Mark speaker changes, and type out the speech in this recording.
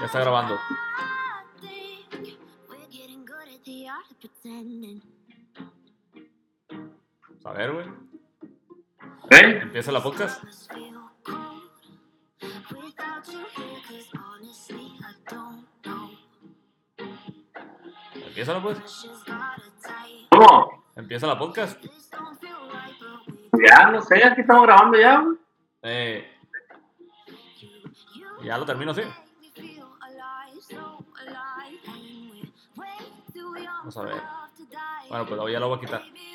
Speaker 1: Ya está grabando. Pues A ver, güey.
Speaker 2: ¿Eh?
Speaker 1: Empieza la podcast. Empieza la pues.
Speaker 2: ¿Cómo?
Speaker 1: Empieza la podcast.
Speaker 2: Ya, no sé, aquí estamos grabando ya. güey.
Speaker 1: Eh, ya lo termino, sí.
Speaker 3: Vamos
Speaker 1: a ver. Bueno, pues ya lo voy a quitar.